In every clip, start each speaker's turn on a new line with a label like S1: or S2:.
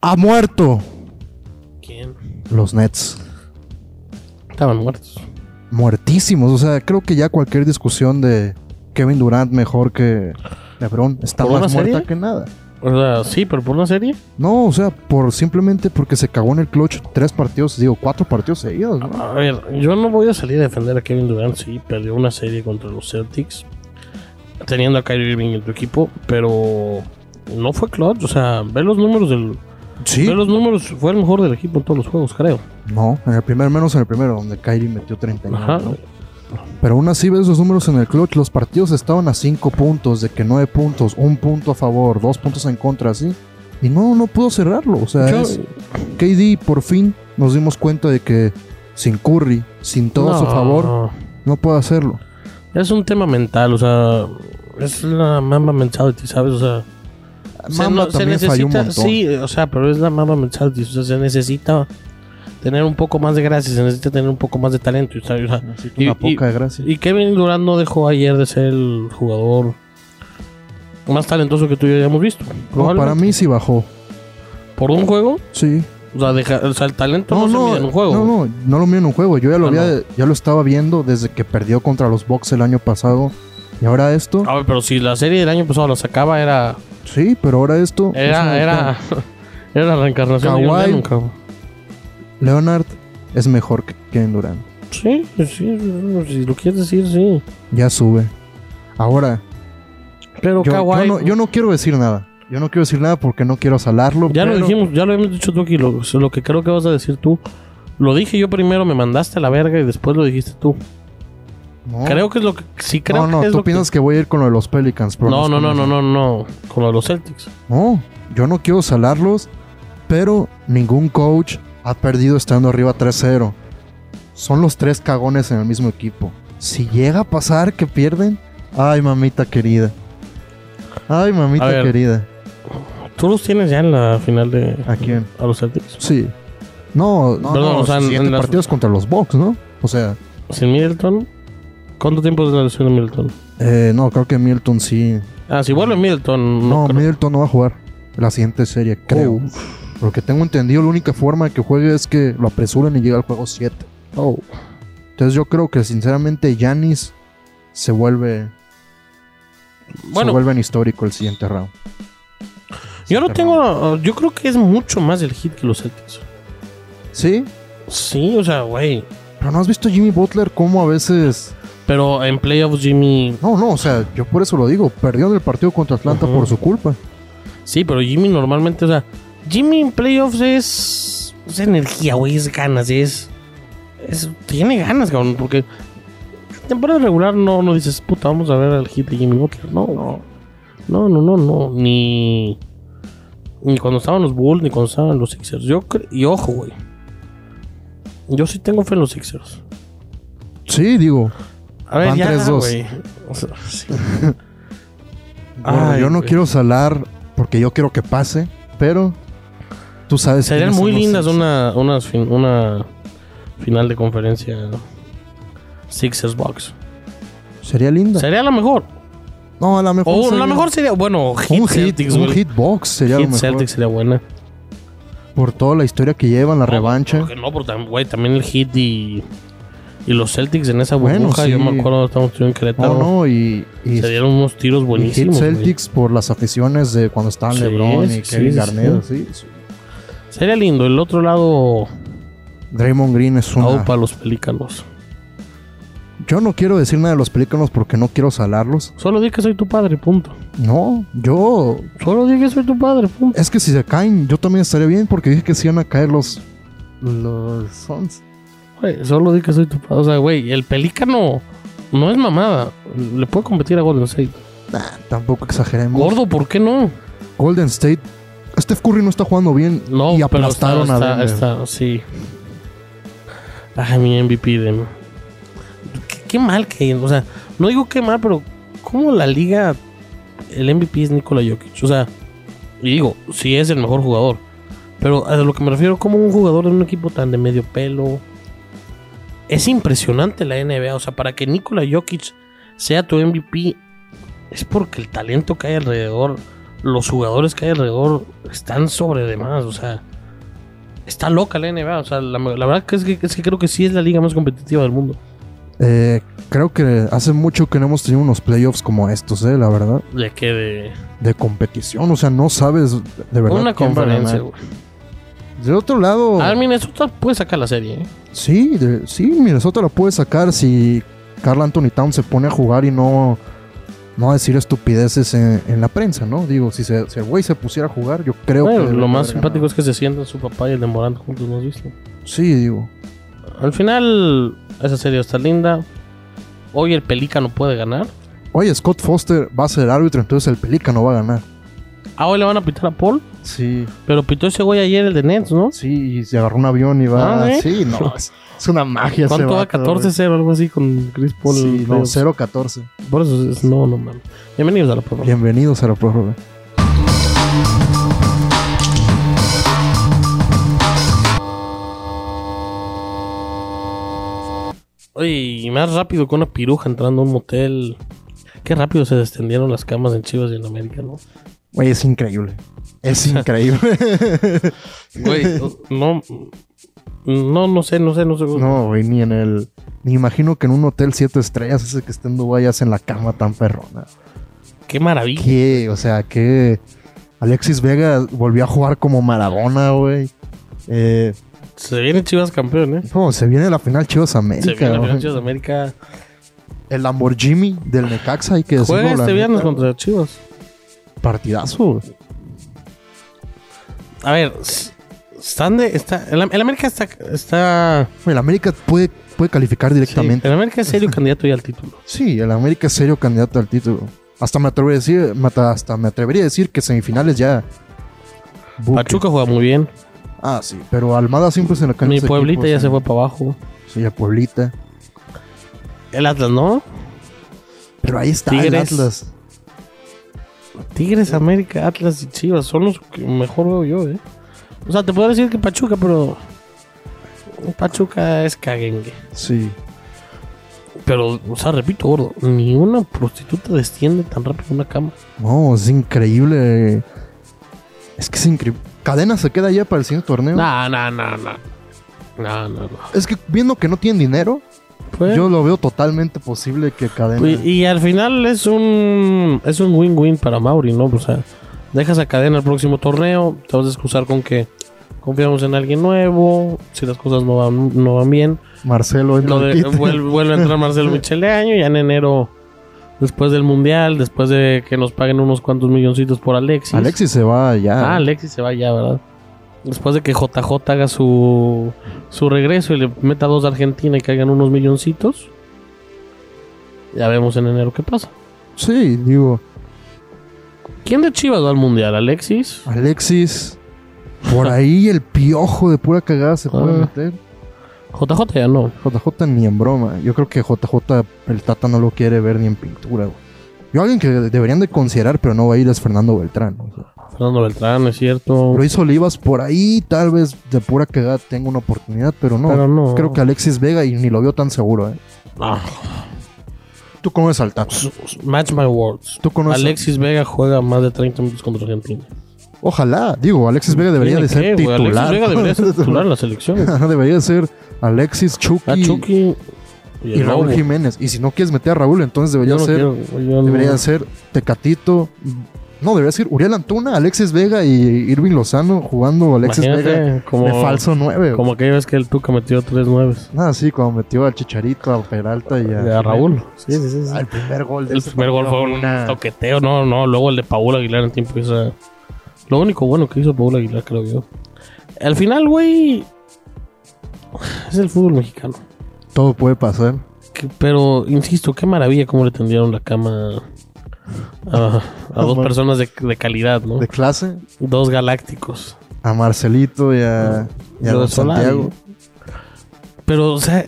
S1: ha muerto.
S2: ¿Quién?
S1: Los Nets.
S2: Estaban muertos.
S1: Muertísimos. O sea, creo que ya cualquier discusión de Kevin Durant mejor que LeBron está
S2: ¿Por
S1: más
S2: una
S1: muerta
S2: serie?
S1: que nada.
S2: O sea, sí, pero por una serie.
S1: No, o sea, por simplemente porque se cagó en el clutch tres partidos, digo, cuatro partidos seguidos, ¿no?
S2: A ver, yo no voy a salir a defender a Kevin Durant. Sí, perdió una serie contra los Celtics. Teniendo a Kyrie Irving en tu equipo. Pero no fue clutch. O sea, ve los números del.
S1: Sí.
S2: Ve los números. Fue el mejor del equipo en todos los juegos, creo.
S1: No, en el primer menos en el primero, donde Kyrie metió 39.
S2: Ajá.
S1: ¿no? Pero aún así ves esos números en el clutch. Los partidos estaban a 5 puntos, de que 9 puntos, un punto a favor, dos puntos en contra, así. Y no, no pudo cerrarlo. O sea,
S2: Yo-
S1: es- KD por fin nos dimos cuenta de que sin Curry, sin todo a su
S2: No.
S1: favor, no puede hacerlo.
S2: Es un tema mental, o sea, es la mamba mentality, ¿sabes? O sea, se
S1: Mamba
S2: no- se
S1: también falló un
S2: necesita,
S1: montón.
S2: sí, o sea, pero es la mamba mentality, o sea, se necesita tener un poco más de gracia, se necesita tener un poco más de talento, ¿sabes? O sea,
S1: Necesita una
S2: y-
S1: poca de gracia.
S2: y Kevin Durant no dejó ayer de ser el jugador más talentoso que tú y yo hayamos visto.
S1: No, para
S2: Probablemente.
S1: mí sí bajó.
S2: Por un juego,
S1: Sí.
S2: o sea, deja- o sea, el talento no, se mide en un juego.
S1: No, no, no lo miro en un juego. Yo ya lo,
S2: Ah,
S1: había-
S2: no.
S1: ya lo estaba viendo desde que perdió contra los Bucks el año pasado. Y ahora esto.
S2: A ver, pero si la serie del año pasado la sacaba, era.
S1: Sí, pero ahora esto. es un
S2: Era, era, era la encarnación de
S1: Kawhi.
S2: Jordan, cabrón.
S1: Leonard es mejor que Kevin Durant.
S2: Sí, sí, bueno, si lo quieres decir, sí.
S1: Ya sube. Ahora,
S2: Pero
S1: yo, yo
S2: Kawhi.
S1: no, yo no quiero decir nada. Yo no quiero decir nada porque no quiero asalarlo.
S2: ya lo
S1: pero-
S2: dijimos, ya lo hemos dicho tú aquí. Lo, lo que creo que vas a decir tú. Lo dije yo primero, me mandaste a la verga y después lo dijiste tú.
S1: No.
S2: Creo que es lo que. Sí, creo
S1: no, no,
S2: que es
S1: tú
S2: lo que-
S1: piensas que... voy a ir con lo de los Pelicans, pero
S2: No, no, no,
S1: estoy-
S2: no, no, no. Con lo de los Celtics.
S1: No, yo no quiero salarlos, pero ningún coach ha perdido estando arriba 3-0. Son los tres cagones en el mismo equipo. Si llega a pasar que pierden, ay mamita querida. Ay
S2: A
S1: mamita
S2: ver.
S1: querida.
S2: Tú los tienes ya en la final de.
S1: ¿A quién?
S2: A los Celtics.
S1: Sí. No, no,
S2: Perdón,
S1: no,
S2: o sea, en-
S1: siete
S2: en las-
S1: partidos contra los Bucks, ¿no? O sea,
S2: Sin Middleton. ¿Cuánto tiempo es la lesión de Middleton?
S1: eh, no, creo que Middleton sí.
S2: Ah, si vuelve Middleton.
S1: No,
S2: No, creo.
S1: Middleton no va a jugar la siguiente serie, creo. Porque tengo entendido, la única forma de que juegue es que lo apresuren y llegue al juego 7.
S2: Oh.
S1: Entonces yo creo que sinceramente Yanis se vuelve se
S2: Bueno,
S1: vuelve histórico el siguiente round.
S2: yo
S1: Siguiente
S2: no
S1: round.
S2: tengo. Yo creo que es mucho más el hit que los Celtics.
S1: Sí,
S2: Sí, o sea, güey.
S1: pero no has visto Jimmy Butler cómo a veces
S2: Pero en playoffs, Jimmy.
S1: No, no, o sea, yo por eso lo digo, perdió en el partido contra Atlanta
S2: Ujú.
S1: por su culpa.
S2: Sí, pero Jimmy normalmente, o sea, Jimmy en playoffs es. Es energía, güey, es ganas, es. es tiene ganas, cabrón, porque. en Temporada regular no, no dices, puta, vamos a ver al hit de Jimmy Butler. No, no. No, no, no, no. Ni. Ni cuando estaban los Bulls, ni cuando estaban los Sixers. Yo cre- y ojo, güey. Yo sí tengo fe en los Sixers.
S1: Sí, digo,
S2: A ver,
S1: Van
S2: ya,
S1: 3-2.
S2: güey. O sea, sí.
S1: gordo,
S2: Ay,
S1: yo no
S2: güey.
S1: quiero salar porque yo quiero que pase, pero tú sabes
S2: Serían
S1: quiénes
S2: muy
S1: son los
S2: lindas
S1: Sixers.
S2: una, unas fin- una final de conferencia ¿no? Sixers Box.
S1: Sería linda.
S2: Sería la mejor.
S1: No, a lo mejor
S2: O la
S1: sería-
S2: mejor sería, bueno, Heat
S1: un hit,
S2: Celtics,
S1: un
S2: güey.
S1: hitbox sería
S2: Heat
S1: lo mejor
S2: Celtics Oh, sería buena.
S1: por toda la historia que llevan la revancha.
S2: Porque no, pero tam- güey, también el Heat y, y los Celtics en esa burbuja.
S1: Bueno,
S2: Yo
S1: sí.
S2: me acuerdo, estamos en Querétaro.
S1: No, no, y, y-
S2: Se dieron unos
S1: y
S2: tiros
S1: Heat
S2: buenísimos. güey.
S1: Celtics por las aficiones de cuando estaban
S2: Sí,
S1: LeBron
S2: sí,
S1: y Kevin
S2: sí,
S1: Garnett. sí.
S2: Sería lindo. El otro lado,
S1: Draymond Green es una.
S2: aupa los pelícanos.
S1: Yo no quiero decir nada de los pelícanos porque no quiero salarlos.
S2: Solo di que soy tu padre, punto.
S1: No, yo.
S2: Solo di que soy tu padre, punto.
S1: Es que si se caen, yo también estaría bien porque dije que se iban a caer los. Los Suns.
S2: Güey, solo di que soy tu padre. O sea, güey, el pelícano no es mamada. Le puede competir a Golden State.
S1: Nah, tampoco exageremos.
S2: Gordo, ¿por qué no?
S1: Golden State. Steph Curry no está jugando bien.
S2: No,
S1: y
S2: pero está,
S1: aplastaron a
S2: está,
S1: Denver.
S2: está- sí. Ay, mi MVP de... Qué, qué mal que... O sea, no digo qué mal, pero... ¿Cómo la liga... El MVP es Nikola Jokic? O sea, y digo, sí es el mejor jugador. Pero a lo que me refiero, como un jugador de un equipo tan de medio pelo... Es impresionante la NBA. O sea, para que Nikola Jokic sea tu MVP... Es porque el talento que hay alrededor los jugadores que hay alrededor están sobre demás. O sea, está loca la NBA. O sea, la, la verdad que es, que es que creo que sí es la liga más competitiva del mundo.
S1: Eh, creo que hace mucho que no hemos tenido unos playoffs como estos, eh, la verdad.
S2: De que de.
S1: De competición, o sea, no sabes de verdad.
S2: una
S1: quién va a
S2: conferencia,
S1: ganar.
S2: güey.
S1: Del otro lado,
S2: Ah, Minnesota puede sacar la serie, ¿eh?
S1: sí, de- sí, Minnesota la puede sacar si Carl Anthony Town se pone a jugar y no, no a decir estupideces en, en la prensa, ¿no? Digo, si, se, si el güey se pusiera a jugar, yo creo
S2: Bueno,
S1: que.
S2: lo más simpático
S1: simpático
S2: es que se sientan su papá y el de Morán juntos, ¿no has visto?
S1: Sí, digo.
S2: Al final, esa serie está linda. Hoy el Pelícano puede ganar.
S1: Oye, Scott Foster va a ser árbitro, entonces el Pelícano va a ganar.
S2: Ah, hoy le van a pitar a Paul.
S1: Sí,
S2: Pero pitó ese güey ayer el de Nets, ¿no?
S1: sí, y se agarró un avión y va.
S2: Ah, ¿eh?
S1: Sí, no, es, es una magia. ese
S2: ¿Cuánto va?
S1: vato,
S2: 14-0, algo así con Chris Paul.
S1: Sí,
S2: en
S1: no,
S2: playoffs.
S1: 0-14.
S2: Por eso es, no, no mames. Bienvenidos a la prueba.
S1: Bienvenidos a la prórroga.
S2: Oye, y más rápido que una piruja entrando a un motel. Qué rápido se destendieron las camas en Chivas y en América, ¿no?
S1: Güey, es increíble. Es increíble.
S2: Güey, no. No, no sé, no sé, no sé.
S1: no, güey, ni en el. Ni imagino que en un hotel 7 estrellas, ese que está en Dubái, hacen la cama tan perrona.
S2: Qué maravilla.
S1: ¿Qué? O sea, que. Alexis Vega volvió a jugar como Maradona, güey. Eh,
S2: Se viene Chivas campeón, ¿eh?
S1: no, se viene la final Chivas América.
S2: Se viene la final
S1: güey.
S2: Chivas de América.
S1: El Lamborghini del Necaxa, hay que decirlo.
S2: Juega
S1: la
S2: este viernes
S1: neta.
S2: contra Chivas.
S1: Partidazo, güey.
S2: A ver, s- están de. Está, el, Am- el América está. está
S1: Güey, El América puede, puede calificar directamente.
S2: el América es serio candidato ya al título.
S1: Sí, el América es serio candidato al título. Hasta me atrevería a decir, me atra- hasta me atrevería a decir que semifinales ya. Buque.
S2: Pachuca juega muy bien.
S1: Ah, sí, pero Almada siempre se le caen
S2: Mi
S1: los
S2: pueblita
S1: equipos,
S2: ya
S1: ¿eh?
S2: se fue para abajo.
S1: Sí, el Pueblita.
S2: El Atlas, ¿no?
S1: Pero ahí está el
S2: Tigres.
S1: Atlas.
S2: Tigres, América, Atlas y Chivas son los que mejor veo yo, ¿eh? O sea, te puedo decir que Pachuca, pero. Pachuca es caguengue.
S1: Sí.
S2: Pero, o sea, repito, gordo, ni una prostituta desciende tan rápido una cama.
S1: No, es increíble. Es que es increíble. Cadena se queda ya para el siguiente torneo.
S2: No, no, no, no. No, no, no.
S1: Es que viendo que no tiene dinero,
S2: Pues-
S1: yo lo veo totalmente posible que Cadena.
S2: Pues, y al final es un es un win-win para Mauri, ¿no? O sea, dejas a cadena el próximo torneo, te vas a excusar con que confiamos en alguien nuevo, si las cosas no van, no van bien.
S1: Marcelo entra
S2: Lo de-
S1: al quite.
S2: vuelve, vuelve a entrar Marcelo Micheleaño, ya en enero, después del Mundial, después de que nos paguen unos cuantos milloncitos por Alexis.
S1: Alexis se va
S2: Ah,
S1: ya.
S2: Alexis se va ya, ¿verdad? Después de que JJ haga su, su regreso y le meta dos a Argentina y caigan unos milloncitos, ya vemos en enero qué pasa.
S1: sí, digo.
S2: ¿Quién de Chivas va al mundial? ¿Alexis?
S1: Alexis. Por ahí el piojo de pura cagada se puede
S2: Ah.
S1: meter.
S2: JJ ya no.
S1: JJ ni en broma. Yo creo que JJ el Tata no lo quiere ver ni en pintura, güey. Yo alguien que deberían de considerar, pero no va a ir es Fernando Beltrán. o sea.
S2: Fernando Beltrán, es cierto.
S1: Luis Olivas por ahí, tal vez de pura cagada tenga una oportunidad, pero no.
S2: Pero no.
S1: Creo que Alexis Vega y ni lo vio tan seguro, ¿eh?
S2: Ah,
S1: Tú conoces al Tata.
S2: s- s- match my words.
S1: Tú conoces.
S2: Alexis Vega juega más de 30 minutos contra Argentina.
S1: Ojalá, digo, Alexis Vega debería
S2: Tiene
S1: de ser
S2: que, güey.
S1: titular.
S2: Alexis Vega debería ser titular en la selección.
S1: Debería de ser Alexis Chucky,
S2: A Ah, Chucky y,
S1: y
S2: el
S1: Raúl
S2: Lobo.
S1: Jiménez. Y si no quieres meter a Raúl, entonces debería
S2: Yo no
S1: ser
S2: quiero, güey, yo no-
S1: Debería ser Tecatito. No, debería ser Uriel Antuna, Alexis Vega y Irving Lozano jugando Alexis
S2: Imagínate,
S1: Vega
S2: como,
S1: de falso 9.
S2: Como aquella vez que el Tuca metió tres nueves.
S1: Nada, sí, cuando metió al Chicharito, a Peralta y
S2: De
S1: a,
S2: a Raúl. Sí, sí, sí. sí.
S1: Al primer gol de
S2: El
S1: ese
S2: primer gol fue
S1: partido,
S2: un toqueteo, no, no. Luego el de Paul Aguilar en tiempo que hizo. Lo único bueno que hizo Paul Aguilar, creo yo. Al final, güey. Es el fútbol mexicano.
S1: Todo puede pasar.
S2: Que- pero, insisto, qué maravilla cómo le tendieron la cama a, a dos personas de, de calidad, ¿no?
S1: De clase,
S2: Dos galácticos.
S1: a Marcelito y a, y a
S2: Lo
S1: Don
S2: de Solari.
S1: Santiago.
S2: Pero, o sea,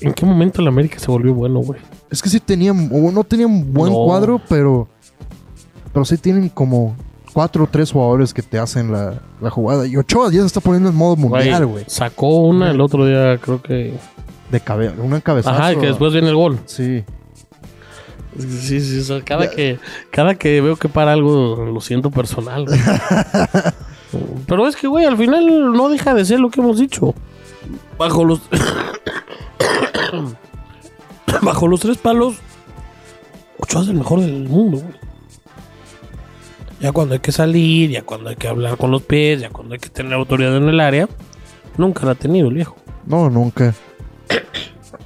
S2: ¿en qué momento la América se volvió bueno, güey?
S1: Es que sí tenían, o no tenían buen
S2: No.
S1: cuadro, pero, pero sí tienen como cuatro o tres jugadores que te hacen la, la jugada. Y Ochoa ya se está poniendo en modo mundial, güey.
S2: Sacó una el otro día, creo que.
S1: De cabeza, una cabezazo.
S2: Ajá, y que después viene el gol.
S1: Sí.
S2: Sí, sí, o sea, cada, que, cada que veo que para algo lo siento personal. güey. Pero es que, güey, al final no deja de ser lo que hemos dicho. Bajo los. Bajo los tres palos, Ochoa es el mejor del mundo, güey. Ya cuando hay que salir, ya cuando hay que hablar con los pies, ya cuando hay que tener autoridad en el área, nunca la ha tenido el viejo.
S1: No, nunca.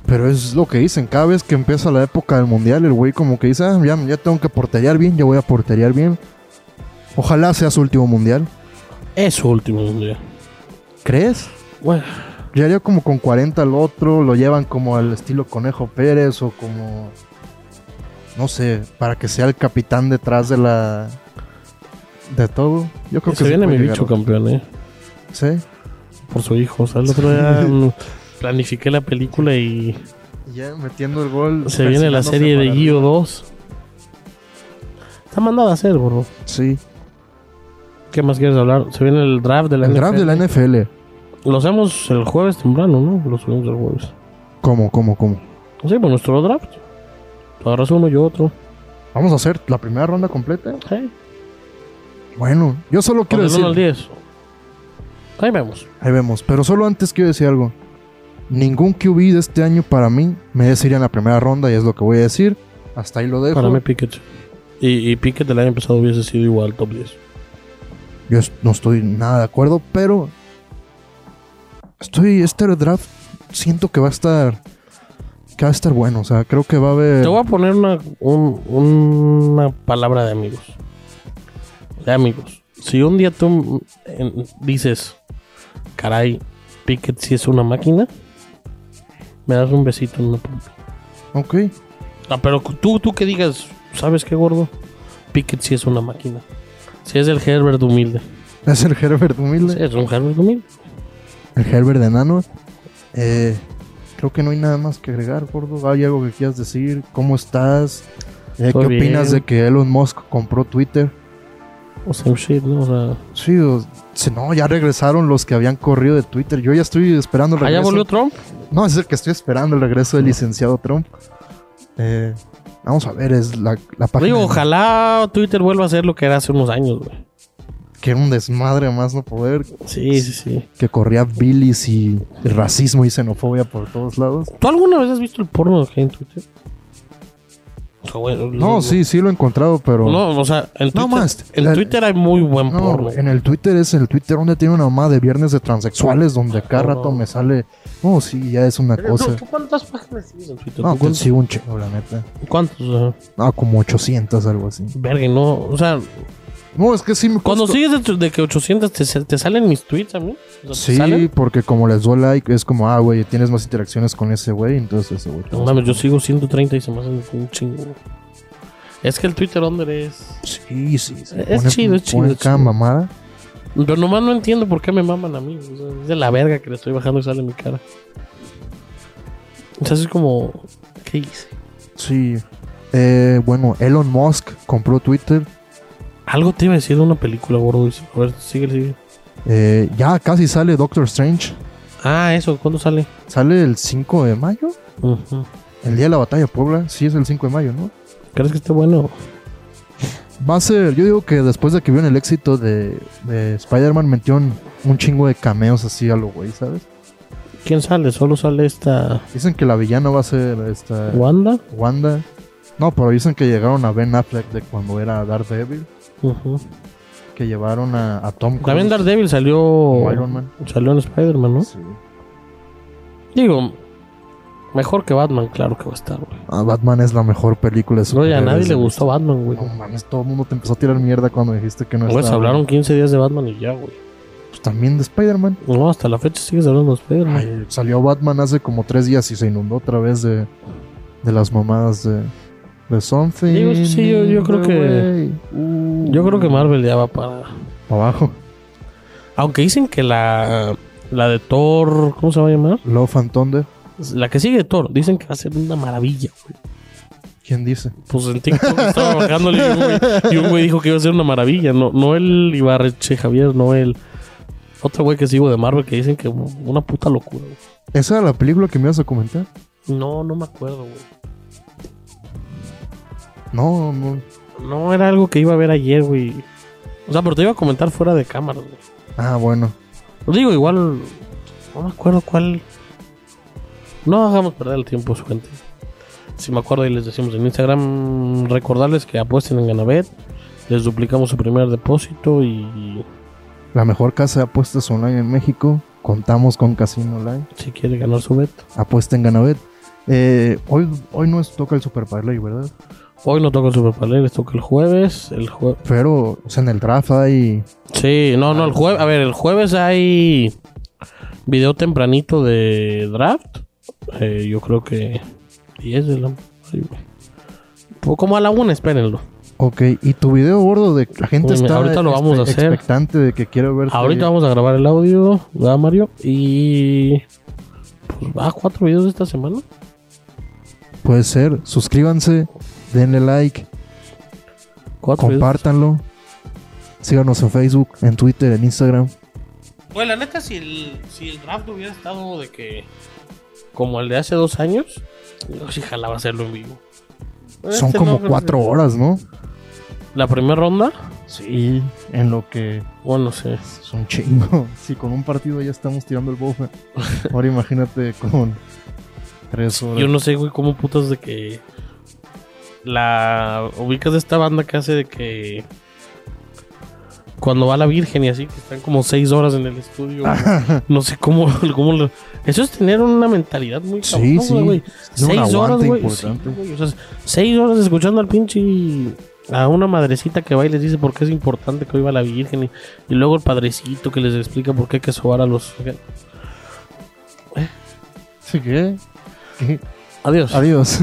S1: Pero es lo que dicen, cada vez que empieza la época del mundial, el güey como que dice, "Ah, ya, ya tengo que porterear bien, ya voy a porterear bien. Ojalá sea su último mundial.
S2: Es su último mundial.
S1: ¿Crees?
S2: Bueno,
S1: Llegaría como con 40 al otro, lo llevan como al estilo Conejo Pérez o como... No sé, para que sea el capitán detrás de la... De todo. Yo creo que
S2: se
S1: sí
S2: viene mi
S1: puede llegar.
S2: bicho campeón, eh.
S1: Sí.
S2: Por su hijo. O sea, el otro día mm, planifiqué la película y
S1: Ya metiendo el gol.
S2: se viene la
S1: persignándose
S2: serie de
S1: para
S2: Guío 2. Está mandada a hacer, bro.
S1: arriba. Sí.
S2: ¿Qué más quieres hablar? Se viene el draft de la
S1: El
S2: NFL.
S1: draft de la NFL.
S2: Lo hacemos el jueves temprano, ¿no? Lo subimos el jueves.
S1: ¿Cómo, cómo, cómo?
S2: Sí, pues nuestro draft. Tú agarras uno, yo otro.
S1: Vamos a hacer la primera ronda completa.
S2: ¿Eh?
S1: Bueno, yo solo
S2: Del
S1: quiero
S2: 1 al
S1: decir.
S2: 10. Ahí vemos.
S1: Ahí vemos, pero solo antes quiero decir algo. Ningún QB de este año para mí me deciría en la primera ronda y es lo que voy a decir. Hasta ahí lo dejo.
S2: Para mí, Pickett. Y, y Pickett del año pasado hubiese sido igual, top 10.
S1: Yo es- no estoy nada de acuerdo, pero estoy este draft siento que va a estar que va a estar bueno, o sea, creo que va a haber
S2: Te voy a poner una, un- una palabra de amigos. De amigos. Si un día tú mm, en- dices, caray, Pickett si es una máquina, me das un besito en una pompa.
S1: Ok,
S2: Ah, pero tú, tú que digas, ¿sabes qué, gordo? Pickett si es una máquina. Si es el Herbert humilde.
S1: es el Herbert humilde,
S2: Es un Herbert humilde.
S1: el Herbert de enano. Eh, creo que no hay nada más que agregar, gordo. ¿Hay algo que quieras decir? ¿Cómo estás? Eh, ¿Qué
S2: Todo bien.
S1: opinas de que Elon Musk compró Twitter?
S2: O sea, shit, ¿no? O sea,
S1: Sí, o- si no, ya regresaron los que habían corrido de Twitter. Yo ya estoy esperando el
S2: allá
S1: regreso.
S2: Ah, volvió Trump.
S1: No, es el que estoy esperando el regreso del licenciado Trump. Eh, vamos a ver, es la, la página.
S2: Digo, ojalá Twitter vuelva a ser lo que era hace unos años, güey.
S1: Que era un desmadre a más no poder.
S2: Sí, sí, sí.
S1: Que corría bilis y racismo y xenofobia por todos lados.
S2: ¿Tú alguna vez has visto el porno que hay en Twitter? O sea, güey,
S1: No, sí, sí lo he encontrado, pero.
S2: No, o sea, en Twitter,
S1: No más.
S2: en
S1: La-
S2: Twitter hay muy buen
S1: No,
S2: porno.
S1: en el Twitter es el Twitter donde tiene una mamá de viernes de transexuales donde cada rato me sale. No, sí, ya es una cosa.
S2: ¿Tú cuántas páginas tienes en Twitter?
S1: No, pues,
S2: ¿Tú cuántos?
S1: sí, un chingo, la neta.
S2: ¿Cuántos? O sea,
S1: No, como 800, algo así.
S2: verga, no. O sea,
S1: No, es que sí me
S2: cuando
S1: costó-
S2: sigues de, tu- de que 800 te, te salen mis tweets a mí. O sea, ¿te
S1: Sí,
S2: salen?
S1: porque como les doy like, es como, ah, güey, tienes más interacciones con ese güey, entonces ese güey. te
S2: No
S1: va a-
S2: mames, yo sigo 130 y se me hacen un chingo. Es que el Twitter under es.
S1: Sí, sí. se
S2: Es
S1: pone-
S2: chido, es
S1: pone
S2: chido, es
S1: cada
S2: chido.
S1: mamada.
S2: Pero nomás no entiendo por qué me maman a mí. o sea, es de la verga que le estoy bajando y sale mi cara. O sea, es como. ¿Qué hice?
S1: Sí. Eh, bueno, Elon Musk compró Twitter.
S2: Algo te iba a decir de una película, gordo. dice. A ver, sigue, sigue.
S1: Eh, ya casi sale Doctor Strange.
S2: Ah, eso, ¿cuándo sale?
S1: Sale el 5 de mayo.
S2: Ujú.
S1: El día de la batalla de Puebla. Sí, es el 5 de mayo, ¿no?
S2: ¿Crees que esté bueno?
S1: Va a ser, yo digo que después de que vieron el éxito de, de Spider-Man, metieron un chingo de cameos así a lo güey, ¿sabes?
S2: ¿Quién sale? Solo sale esta.
S1: Dicen que la villana va a ser esta.
S2: Wanda.
S1: Wanda. No, pero dicen que llegaron a Ben Affleck de cuando era Daredevil.
S2: Ujú.
S1: Que llevaron a, a Tom Cruise.
S2: También Daredevil salió.
S1: como Iron Man.
S2: Salió en Spider-Man, ¿no?
S1: Sí.
S2: Digo, mejor que Batman, claro que va a estar, güey.
S1: Ah, Batman es la mejor película de
S2: No, ya a
S1: superhéroes.
S2: nadie le gustó Batman, güey.
S1: No mames, todo el mundo te empezó a tirar mierda cuando dijiste que no
S2: Güey, se
S1: estaba.
S2: hablaron 15 días de Batman y ya, güey.
S1: Pues también de Spider-Man.
S2: No, hasta la fecha sigues hablando de Spider-Man.
S1: Ay, Salió Batman hace como tres días y se inundó otra vez de, de las mamadas de, de Something.
S2: Digo, sí, yo- yo creo que-
S1: Away. Uh,
S2: Yo creo que Marvel ya va para.
S1: Abajo.
S2: Aunque dicen que la. La de Thor. ¿Cómo se va a llamar?
S1: Love and Thunder.
S2: La que sigue de Thor. Dicen que va a ser una maravilla, güey.
S1: ¿Quién dice?
S2: Pues en TikTok estaba bajándole y un güey- y un güey dijo que iba a ser una maravilla. No, no el Ibarreche Javier, no el. Otro güey que sigo de Marvel que dicen que una puta locura, güey.
S1: ¿Esa era la película que me ibas a comentar?
S2: No, no me acuerdo, güey.
S1: No, no.
S2: No era algo que iba a ver ayer, güey. O sea, pero te iba a comentar fuera de cámara, güey.
S1: Ah, bueno.
S2: Lo digo, igual. No me acuerdo cuál. No hagamos perder el tiempo, su gente. Si me acuerdo y les decimos en Instagram, recordarles que apuesten en Ganabet. Les duplicamos su primer depósito y
S1: La mejor casa de apuestas online en México. Contamos con Casino Online.
S2: si quiere ganar su bet.
S1: Apuesta en Ganabet. Eh, hoy, hoy no es toca el Super Parlay, ¿verdad?
S2: Hoy no toca el Super Parlay, les toca el jueves. El jue...
S1: Pero, o sea, en el draft hay.
S2: Sí, no, no, el jueves. A ver, el jueves hay video tempranito de draft. Eh, yo creo que 10 de la. ay, güey. Pues Como a la 1, espérenlo.
S1: Ok, y tu video gordo de la gente
S2: Uy,
S1: está
S2: ahorita lo vamos a hacer.
S1: expectante de que quiere ver.
S2: Ahorita vamos a grabar el audio, ¿verdad, Mario? Y. Pues va, cuatro videos esta semana.
S1: Puede ser. Suscríbanse, denle like,
S2: Cuatro
S1: compártanlo. Síganos en Facebook, en Twitter, en Instagram.
S2: videos. Güey, la neta, si el, si el draft hubiera estado de que. Como el de hace dos años, yo sí jalaba hacerlo en vivo.
S1: Son
S2: Este no,
S1: como
S2: creo
S1: cuatro
S2: que-
S1: horas, ¿no?
S2: La primera ronda,
S1: Sí, en lo que
S2: bueno, no sé.
S1: es un chingo. Si con un partido ya estamos tirando el bofe. Ahora imagínate con tres horas.
S2: Yo no sé, güey, cómo putas de que. La. Ubicas de esta banda que hace de que. Cuando va la Virgen y así, que están como seis horas en el estudio. güey. No sé cómo. cómo lo- Eso es tener una mentalidad muy
S1: Sí,
S2: cabrona,
S1: sí.
S2: güey.
S1: Es un
S2: Seis horas,
S1: aguante
S2: güey.
S1: importante.
S2: sí, güey, o sea, seis horas escuchando al pinche. A una madrecita que va y les dice por qué es importante que hoy va la Virgen. Y, y luego el padrecito que les explica por qué hay que sobar a los.
S1: ¿Sí qué? ¿Qué?
S2: Adiós.
S1: Adiós.